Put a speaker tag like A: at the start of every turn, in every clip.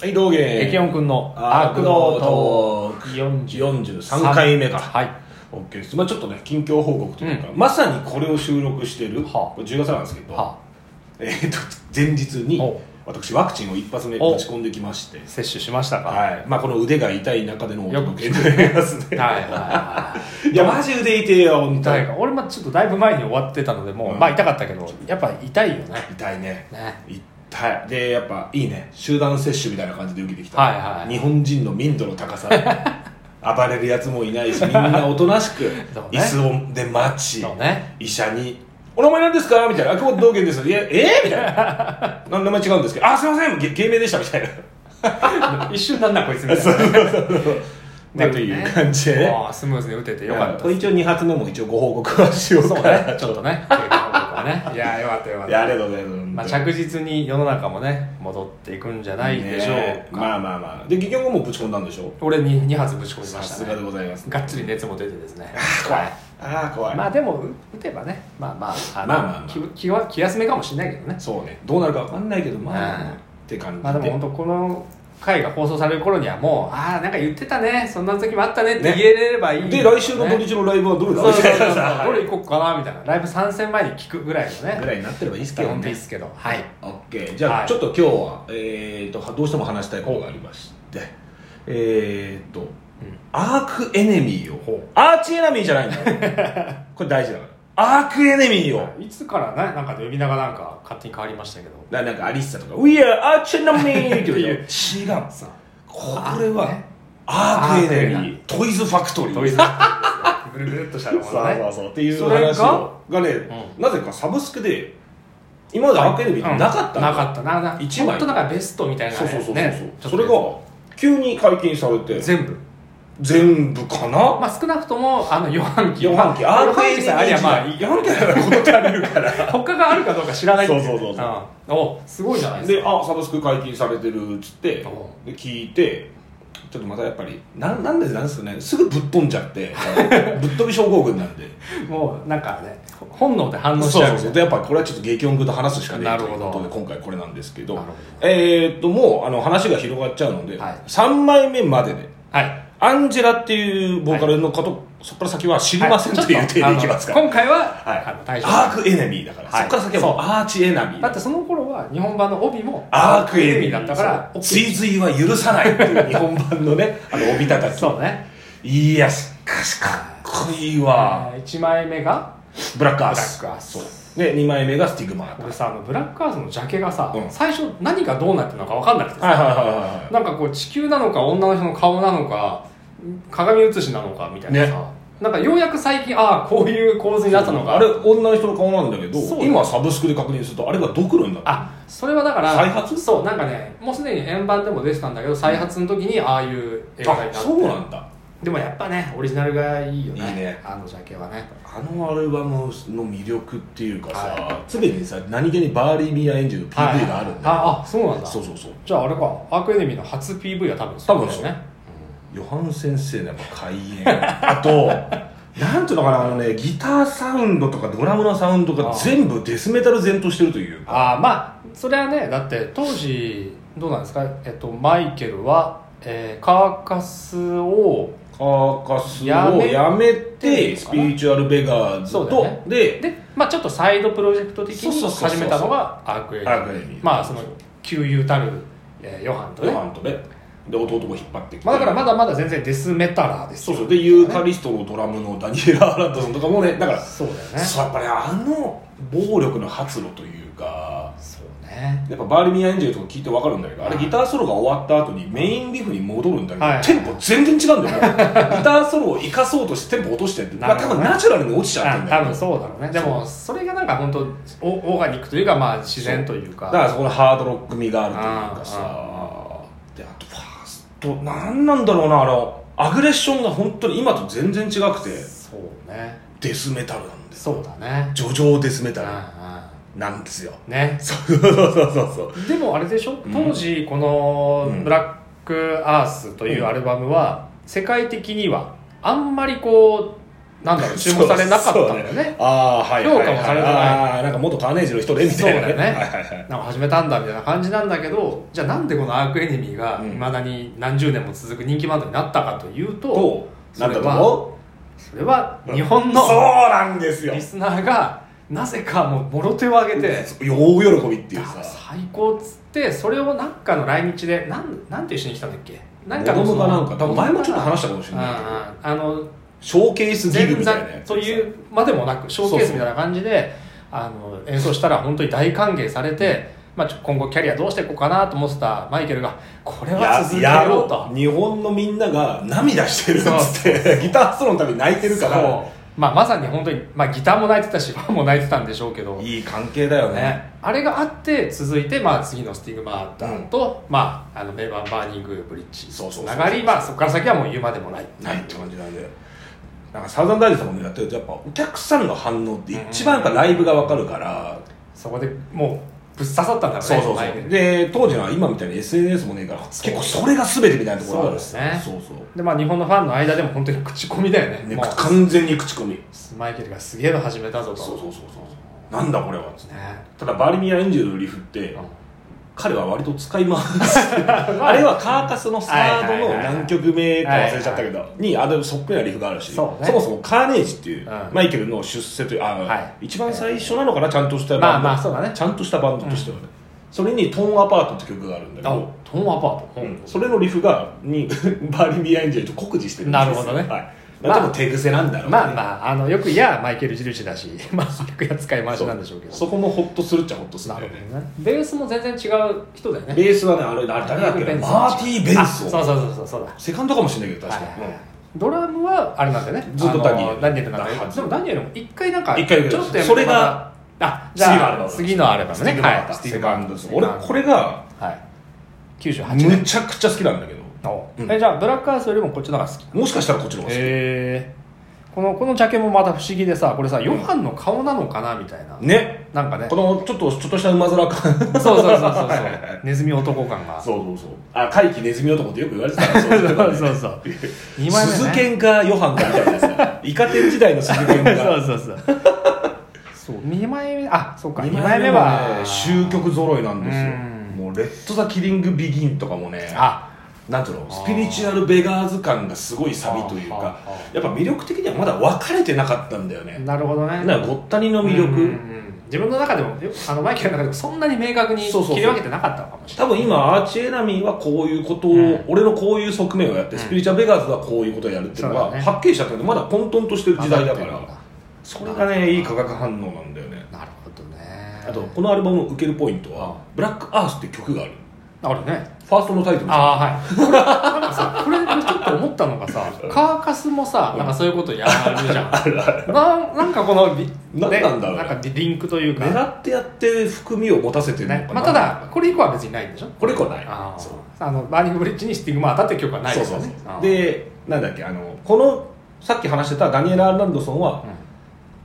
A: はい、道元。
B: えきおんくんの悪道トーク
A: 43回目か
B: はい。
A: オッケーです。まあちょっとね、近況報告というか、まさにこれを収録してる、
B: はあ
A: これ10月なんですけど、
B: は
A: えーっと、前日に
B: お、
A: 私、ワクチンを一発目
B: お
A: 打ち込んできまして、
B: あ、摂取しましたかは
A: はい。まあこの腕が痛い中でのお
B: よく
A: 届けになります
B: い
A: ね。
B: はい はい。
A: いや、マジ腕痛いよ、本当
B: 痛い
A: に。
B: か俺もちょっとだいぶ前に終わってたのでもう、
A: うん
B: まあ痛かったけどやっぱ痛いよね
A: 痛いね。
B: ね
A: 痛い。で、やっぱ、いいね。集団接種みたいな感じで受けてきた。
B: はいはい
A: 日本人の民度の高 さ。暴れるやつもいないし、みんなおとなしく
B: そう、ね
A: 椅子をで待ち。
B: そう ね
A: 医者に「お名前なんですか?」みたいな「久保道元です」いや「えーみたいな「な名前違うんですけどあすいませんげ芸名でした」みたいな
B: 一瞬なんだこいつみたいな
A: まあという感じでね
B: もうスムーズに打ててよかった
A: これ一応2発目も一応ご報告はしよう
B: そう
A: か
B: ね
A: な
B: ちょっとね経過報告はねいやよかったよかっ
A: い
B: た
A: やあれだね、うん
B: まあ、着実に世の中もね戻っていくんじゃないでしょう
A: ね
B: か、
A: まあまあまあで結局もうぶち込んだんでしょ
B: 俺に2発ぶち込みま
A: さ
B: し
A: す
B: た
A: がで
B: ね
A: ございます
B: がっつり熱も出てですね
A: 怖いああ怖い、
B: まあでもう打てばねまあまああの
A: まあまあまあ
B: 気気は気休めかもしれないけどね
A: そうねどうなるかわかんないけどまあ、
B: うん
A: って感じで、
B: まあでも本当この回が放送される頃にはもうああなんか言ってたねそんな時もあったねって言えればいい、
A: で来週の土
B: ね
A: 日のライブはどれだ
B: そうそう
A: みた
B: そう
A: い
B: そう
A: なさ
B: どれ行こうかなみたいなライブ参戦前に聞くぐらいのね
A: ぐらいになってればいいっすけ
B: 基
A: ど
B: 本
A: ね
B: でいいですけどはい
A: オッケーじゃあ、
B: はい
A: ちょっと今日は、えー、とどうしても話したいことがありましてえっ、と、アークエネミーをアーチエネミーじゃないんだよ これ大事だからアークエネミーを
B: いつからねなんか呼び名がなんか勝手に変わりましたけど
A: だなんかアリッサとか「We are アーチエネミー」 って言う違う
B: さ
A: これ
B: あ
A: は
B: ね
A: アークエネミ
B: アー
A: ートイズファクトリー
B: トイズぐるぐるっとしたの
A: そう
B: も
A: そう
B: のね
A: そうっていう
B: それ
A: 話
B: が
A: をがね、なぜかサブスクで今までアークエネミーってなかった
B: うん
A: の
B: なかったなな
A: 一枚
B: 本当なんかベストみたいな
A: そうそうそうそう、
B: ねちょっ
A: そ
B: と
A: れが急に解禁されて
B: 全部
A: 全部かな
B: まあ少なくともあの四半期
A: 四半期
B: まあ
A: ア
B: 四
A: ークエ
B: 半期
A: ネミ
B: さえ
A: ー
B: ありゃまあいい
A: 四半期ならこと足りるから
B: 他があるかどうか知ら ないってい
A: そうそうそうそ
B: うんおすごいじゃないで
A: です
B: か
A: あサブスク解禁されてるっつってで
B: お
A: 聞いてちょっとまたやっぱりなんなんでなんですかねすぐぶっ飛んじゃってぶっ飛び症候群なんで
B: もうなんかねほ本能で反応しち
A: そう
B: ゃ
A: そううそうでやっぱりこれはちょっと激音句と話すしかね
B: な
A: え
B: る
A: とい
B: ほ
A: う
B: ど
A: ことで今回これなんですけど
B: なるほ
A: えーっともうあの話が広がっちゃうので、
B: はい
A: 3枚目までで
B: はい
A: アンジェラっていうボーカルの方、そこから先は知りません、という手でいきますから
B: あの今回は、
A: はい
B: あの大丈
A: アークエネミーだから、
B: はい
A: そこから先はもうアーチエネミ
B: 夫
A: ー
B: だってその頃は日本版の帯も
A: アークエネミー
B: だったから
A: そう
B: OK
A: 追随は許さないっていう日本版のねあの帯たたき
B: そうね
A: いやしかしかっこいいわ
B: えー一枚目が
A: ブラックアー
B: ブラ
A: ス
B: ックアース
A: そうで2枚目がスティグマ
B: 俺さあのブラックアースのジャケがさ、
A: うん
B: 最初何がどうなってるのか分かんなくてさ、
A: はいはいはいは
B: なんかこう地球なのか女の人の顔なのか鏡写しなのかみたいなさ、なんかようやく最近ああこういう構図に
A: い
B: なったのか
A: あれ女の人の顔なんだけど
B: そうだよ
A: 今サブスクで確認するとあれがドクロになった
B: あそれはだから
A: 再発
B: そうなんかねもうすでに円盤でも出てたんだけど再発の時にああいう映画になって
A: そうなんだ
B: でもやっぱねオリジナルがいいよね
A: いいね
B: あのジャケはね
A: あのアルバムの魅力っていうか
B: は
A: さ常にさ何気にバーリー・ミーア・エンジェルの PV があるんだよ
B: ああそうなんだ
A: そうそうそう
B: じゃああれかアークエネミーの初 PV は多分
A: 多分
B: だ
A: そう
B: よね
A: ヨハン先生のやっぱ開演あと なんていうのかなあのねギターサウンドとかドラムのサウンド
B: あ
A: が
B: あ
A: 全部デスメタル前としてるというか
B: ああまあそれはねだって当時どうなんですか、えっと、マイケルは、えーカーカスを
A: カーカスを
B: やめ
A: やめ
B: て
A: てスピリチュアル・ベガーズ
B: そう
A: と
B: だよね
A: で
B: で、まあ、ちょっとサイドプロジェクト的
A: そうそ
B: に
A: うそうそう
B: 始めたのがアークエネミ
A: ア
B: ー
A: ークエネミー
B: まあその旧友たる、えーヨハンと
A: ヨ
B: ね
A: ハンとねで弟も引っ張ってきて
B: まあ、だからまだまだ全然デスメタラーです
A: そう
B: よ
A: そうでユーカリストのドラムのダニエル・アーランドソンとかもねだから
B: そうだよね
A: そうやっぱりあの暴力の発露というか
B: そうね
A: やっぱバーリミア・エンジェルとか聞いてわかるんだけどあれギターソロが終わった後にメインリフに戻るんだけど、
B: はい
A: テンポ全然違うんだよ、もう ギターソロを生かそうとしてテンポ落としてって、まあ、
B: なる
A: 多
B: ほど
A: 分
B: ね
A: ナチュラルに落ちちゃって
B: あ
A: んだ
B: 多
A: よ
B: 分そうだろうねでもそれがなんか本当オオーガニックというかまあ自然というか
A: だからそこのハードロック味があるというかさ
B: あ
A: であとファースト何なんだろうなあのアグレッションが本当に今と全然違くて
B: そうね
A: デスメタルなんです
B: そうだね
A: 叙情デスメ
B: う
A: タ
B: んう
A: ルなんですよ、
B: んね
A: そうそうそうそう
B: でもあれでしょ
A: うん
B: 当時この
A: う
B: 「
A: ん
B: ブラックアース」というアルバムは世界的にはあんまりこうなん だろう注目されなかったんだよ
A: そう
B: ね
A: ああーはい
B: 評価もされてない
A: ああーなんか元カーネージの人でみ
B: そう
A: たいな
B: だよね
A: はいはいはい
B: なんか始めたんだみたいな感じなんだけどじゃあなんでこのアークエネミーが
A: うん
B: いまだに何十年も続く人気バンドになったかというと、
A: となんだと思
B: それは
A: う
B: 日本
A: そう
B: の
A: なんですよ
B: リスナーがなぜかもうもろ手を挙げて
A: 大喜びっていうさ
B: 最高っつってそれをなんかの来日でなんなんて一緒に来たんだっけなんか
A: 子
B: の
A: 供かなんか多分前もちょっと
B: し
A: 話したかもしれ
B: うんうん
A: ないけど
B: あの
A: ショーケースギグ
B: 前
A: みたいな
B: 座
A: やつ
B: というまでもなくショーケースみたいな感じであの演奏したら本当に大歓迎されて、まあ、ちょ今後キャリアどうしていこうかなと思ってたマイケルがこれは続け
A: や
B: よ
A: ろ
B: うと
A: う日本のみんなが涙してるっつって ギターソロのために泣いてるか
B: そ
A: ら
B: うまあ、まさに本当に、まあ、ギターも泣いてたしファンも泣いてたんでしょうけど、
A: いい関係だよね
B: ね、あれがあって続いて、まあ、次のスティグマだと、まあ、あの名盤バーニングブリッジ
A: そうそうそう
B: つながりまあ、そこから先はもう言うまでもない
A: ないって感じなんでなんかサウザンダイズとかもやってるとやっぱお客さんの反応って一番やっぱライブがわかるから
B: そこでもうぶっ刺さったんだろうね
A: そうそう
B: マイケル
A: そうで当時は今みたいに SNS もねえから結構それが全てみたいなところがある
B: そうですね
A: そうそう
B: でまあ、日本のファンの間でも本当に口コミだよね
A: ね
B: もう
A: 完全に口コミ
B: マイケルがすげえの始めたぞと
A: そうそうそうそうそうなんだこれは
B: ね
A: ただバルミアエンジェルのリフって彼は割と使います あれはカーカスのサードの何曲目か忘れちゃったけどにあれそっくりなリフがあるし
B: そうね
A: もそもカーネージっていううんマイケルの出世というあ
B: はい
A: 一番最初なのかなちゃんとした
B: ま
A: バ
B: あ
A: ンド
B: まあそうだね
A: ちゃんとしたバンドとしてはねそれに「トーンアパート」って曲があるんだけ
B: あ
A: ど
B: トーンアパート、
A: うんそれのリフがに バーリミアエンジェルと酷似してるんです
B: なるほどね
A: はい
B: ま
A: まあ
B: あ
A: 多分手癖なんだろうね
B: まあまああのよく言やマイケル印だし、 まあ、よくや使い回しなんでしょうけど
A: そこもホッとするっちゃホッとする
B: なんる
A: だ
B: ほ
A: よね
B: どねベースも全然違う人だよね
A: ベースはねあれあれ誰だっけ
B: ベンソン
A: マーティー・ベン
B: あ
A: ソ
B: そう
A: ン
B: そうそうそうそうだ
A: セカンドかもしれないけど確か
B: はい
A: に、
B: はい
A: うん
B: ドラムはあれなんだよね
A: ずっとダニエル
B: あのダニエルなんだよ
A: だ
B: でもダニエルも一回なんか
A: 一回だけ
B: ちょっとやめて
A: それが
B: またあじ
A: 次のア
B: ゃ
A: ル
B: あ
A: バム
B: 次のアルバムねはい
A: スティーブ・バンドです
B: スティー
A: 俺
B: ブバンド
A: これが
B: はい98
A: め
B: 年
A: ちゃくちゃ好きなんだけど
B: お
A: うん
B: えじゃあブラックアースよりもこっちの方が好き
A: もしかしたらこっちの方が好
B: へえこのこのジャケもまた不思議でさこれさヨハンの顔なのかなみたいな、
A: きね
B: なんかね
A: このちょっとちょっとした馬面感そう
B: そうそうそうそうそう
A: はいはいはい
B: ネズミ男感 が
A: そうそうあ怪奇ネズミ男ってよく言われてたからそういえば
B: そう
A: ね
B: そうそう 二枚目ね
A: 鈴剣かヨハンかみたいなさイカ天時代の鈴剣
B: そう
A: が
B: そうそう そう2枚目あそうか2枚目
A: ね
B: は
A: 終局揃いなんですよ
B: うん
A: もうレッド・ザ・キリング・ビギンとかもね
B: あ
A: なんていうの
B: あー
A: スピリチュアルベガーズ感がすごいサビという
B: あー
A: か
B: あーあ
A: やっぱ魅力的にはまだ分かれてなかったんだよね
B: なるほどね
A: なんかごったにの魅
B: うんう
A: 力
B: んうん自分の中でもよあのマイケルの中でもそんなに明確に
A: そうそうそう
B: 切り分けてなかったのかもしれない
A: 多分今アーチエナミーはこういうことを、
B: うん
A: 俺のこういう側面をやって、
B: うん
A: スピリチュアルベガーズはこういうことをやるっていうの
B: そう
A: は
B: だね
A: はっきりしたけどまだ混沌としてる時代だか
B: 分ってるん
A: らそれがねいい化学反応なんだよね
B: なるほどね
A: あとこのアルバムの受けるポイントは「ブラックアース」って曲がある
B: あれね
A: ファーストのタイトル
B: ああはいこれなんかさこれちょっと思ったのがさカーカスもさなんかそういうことやるじゃん なんなんかこのリ
A: な
B: ね
A: なんだろうね
B: なんかリンクというか、
A: 狙ってやって含みを持たせてるの
B: ね
A: かな、
B: まあ、ただこれ以降は別にないんでしょ
A: これ以降はない
B: あー
A: そう
B: あのバーニングブリッジにスティングマータっていう曲はない
A: そ
B: で
A: う
B: す
A: そ
B: よ
A: う
B: ね
A: そ
B: あ
A: う
B: ー
A: でなんだっけあのこのさっき話してたダニエル・アーランドソンは、
B: うん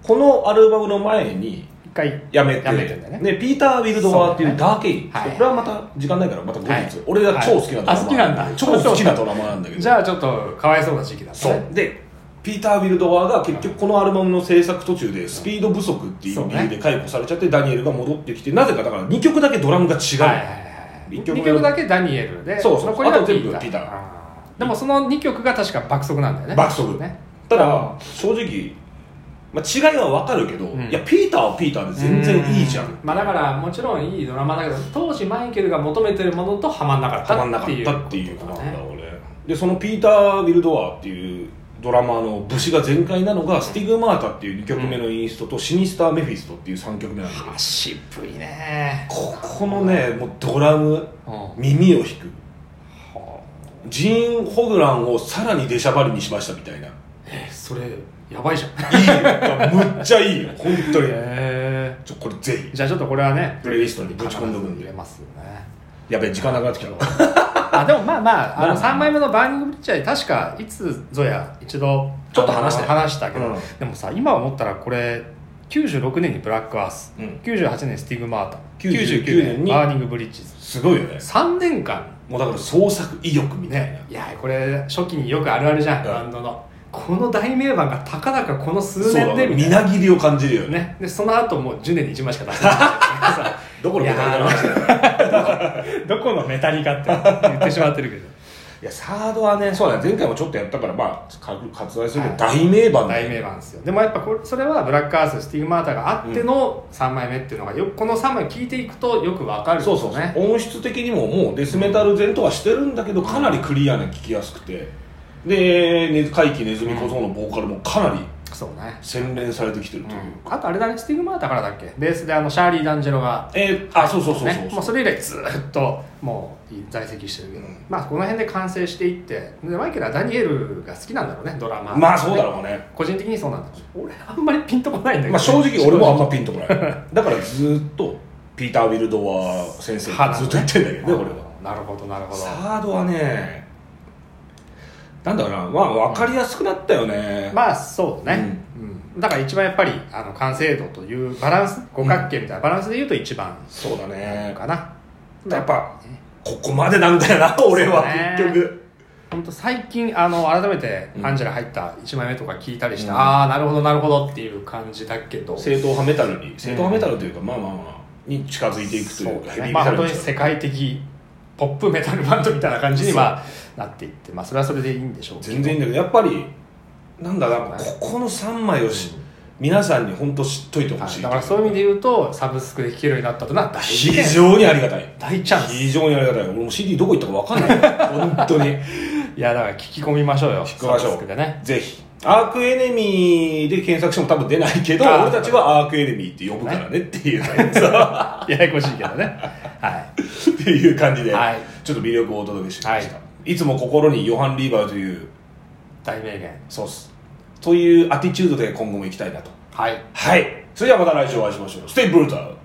A: このアルバムの前に
B: 一回
A: やめて
B: やめてんだよね
A: でピーター・ウィルドワーっていうダーケイン、
B: そうだねはい
A: これはまた時間ないからまた後日、
B: はい
A: 俺が超好きなドラマ、
B: はいあ好きなんだ
A: 超好きなドラマなんだけど
B: じゃあちょっとかわいそうな時期だった
A: そ
B: ね
A: うでピーター・ウィルドワーが結局このアルバムの制作途中でスピード不足っていう理由で解雇されちゃってダニエルが戻ってきてなぜかだから2曲だけドラムが違う、
B: はいはいはい
A: 二
B: 2
A: 曲
B: 曲だけダニエルで
A: そうそう
B: 残りは
A: あと全部ピーター
B: あーでもその2曲が確か爆速なんだよね
A: 爆速
B: ね
A: ただ正直、まあ、違いはわかるけど、
B: うん
A: いやピーターはピーターで全然いいじゃん
B: うまあだからもちろんいいドラマだけど当時マイケルが求めてるものとはまんなかった
A: たまんな
B: っ
A: か
B: てい
A: っ
B: う
A: たっていうことなんだ
B: ね
A: 俺でそのピーター・ウィルドワーっていうドラマーの武士が全開なのが「スティグマータ」っていう2曲目のインストと「シニスター・メフィスト」っていう3曲目なんだけど
B: あ渋いね
A: ここのねもうドラム
B: うん
A: 耳を弾くジーン・ホグランをさらに出しゃばりにしましたみたいない
B: えそれやばいじゃん
A: いよむっちゃいいよ本当に
B: へ
A: ちょこれぜひ
B: えじゃあちょっとこれはね
A: プレイリストにぶち込んどくん
B: 入れ
A: で
B: ますよね
A: やべえ時間なくなってきた
B: あでもまあまああ
A: まあ
B: の3枚目の「バーニングブリッジ」は確かいつぞや一度
A: ちょっと話したよ
B: 話したけど、
A: うん
B: でもさ今思ったらこれ96年に「ブラックアース」
A: うん
B: 98年「スティグマータ」
A: 99
B: 99年
A: 年に
B: バーニングブリッジ」
A: すごいよね
B: 3年間
A: もうだから創作意欲みたいな、
B: いやこれ初期によくあるあるじゃん、
A: うん
B: バンドのこの大名盤がたかだかこの
A: そ
B: 数
A: う
B: 年で
A: だみ
B: みた
A: な
B: い
A: ぎりを感じるよ
B: な
A: ね
B: ねでその後もう10年に1枚しか出せない さ
A: どこのメタルかない
B: どこのメタリカって言ってしまってるけど
A: やサードはねそうだね前回もちょっとやったからまあ軽く割愛するけど大名盤だ
B: 大
A: よ
B: 名盤ですよでもやっぱこれそれはブラックアーススティグマーターがあっての3枚目っていうのがよくこの3枚聞いていくとよくわかるんです
A: そ
B: よ
A: うそうそう音質的にももうデスメタル前とはしてるんだけどかなりクリアな聞きやすくてで、ね、怪奇ネズミ小僧のボーカルもかなり
B: そうね、
A: 洗練されてきてるという、
B: うんあとあれだねスティグマーターからだっけベースであのシャーリー・ダンジェロが
A: えーあそうそうそうそうそう、
B: ね、もうそれ以来ずっともう在籍してるけど、
A: うん
B: まあこの辺で完成していってでマイケルはダニエルが好きなんだろうねドラマ
A: まあそうだろうね、
B: 個人的にそうなんだろう俺あんまりピンとこないんだけど、
A: まあ、正直俺もあんまピンとこ ないだからずっとピーター・ウィルドワー先生
B: はな
A: ずっと言ってんだけどね俺は
B: なるほどなるほど
A: サードはねなんだろうなまあ分かりやすくなったよね、
B: まあそうね、うんだから一番やっぱりあの完成度というバランス五角形みたいなバランスで言うと一番
A: そうだね
B: かな、
A: やっぱここまでなんだよな俺は結局
B: 本当最近あの改めてアンジェラ入った1枚目とか聞いたりして、ああなるほどなるほどっていう感じだけど
A: 正統派メタルに正統派メタルというか、まあまあまあに近づいていくというか
B: そうだ
A: ヘ
B: ね
A: ビー
B: まあ
A: メタル
B: 本当
A: に
B: に
A: 近づいて
B: 世
A: いく
B: 界的ポップメタルバンドみたいな感じにはなっていってまあそれはそれでいいんでしょうけど
A: 全然いいんだけどやっぱりなんだろうな
B: そうだ
A: ここの3枚をし、皆さんに本当知っといてほ
B: は
A: しい
B: い、だからそういう意味で言うとサブスクで聴けるようになったというのは大事
A: 非常にありがたい
B: 大チャンス
A: 非常にありがたい俺も CD どこ行ったか分かん ない本当に
B: いやだから聞き込みましょうよ
A: 聞き込みましょう
B: サブスクでね
A: ぜひアークエネミーで検索しても多分出ないけど
B: あー
A: 俺たちはアークエネミーって呼ぶからねっていうね
B: ややこしいけどねは
A: っていう感じで、
B: はい
A: ちょっと魅力をお届けしてきました、、
B: はい
A: つも心にヨハン・リーバーという
B: い大名言
A: そうっすというアティチュードで今後も行きたいなと
B: はい
A: はいそれではまた来週お会いしましょうステイブルーター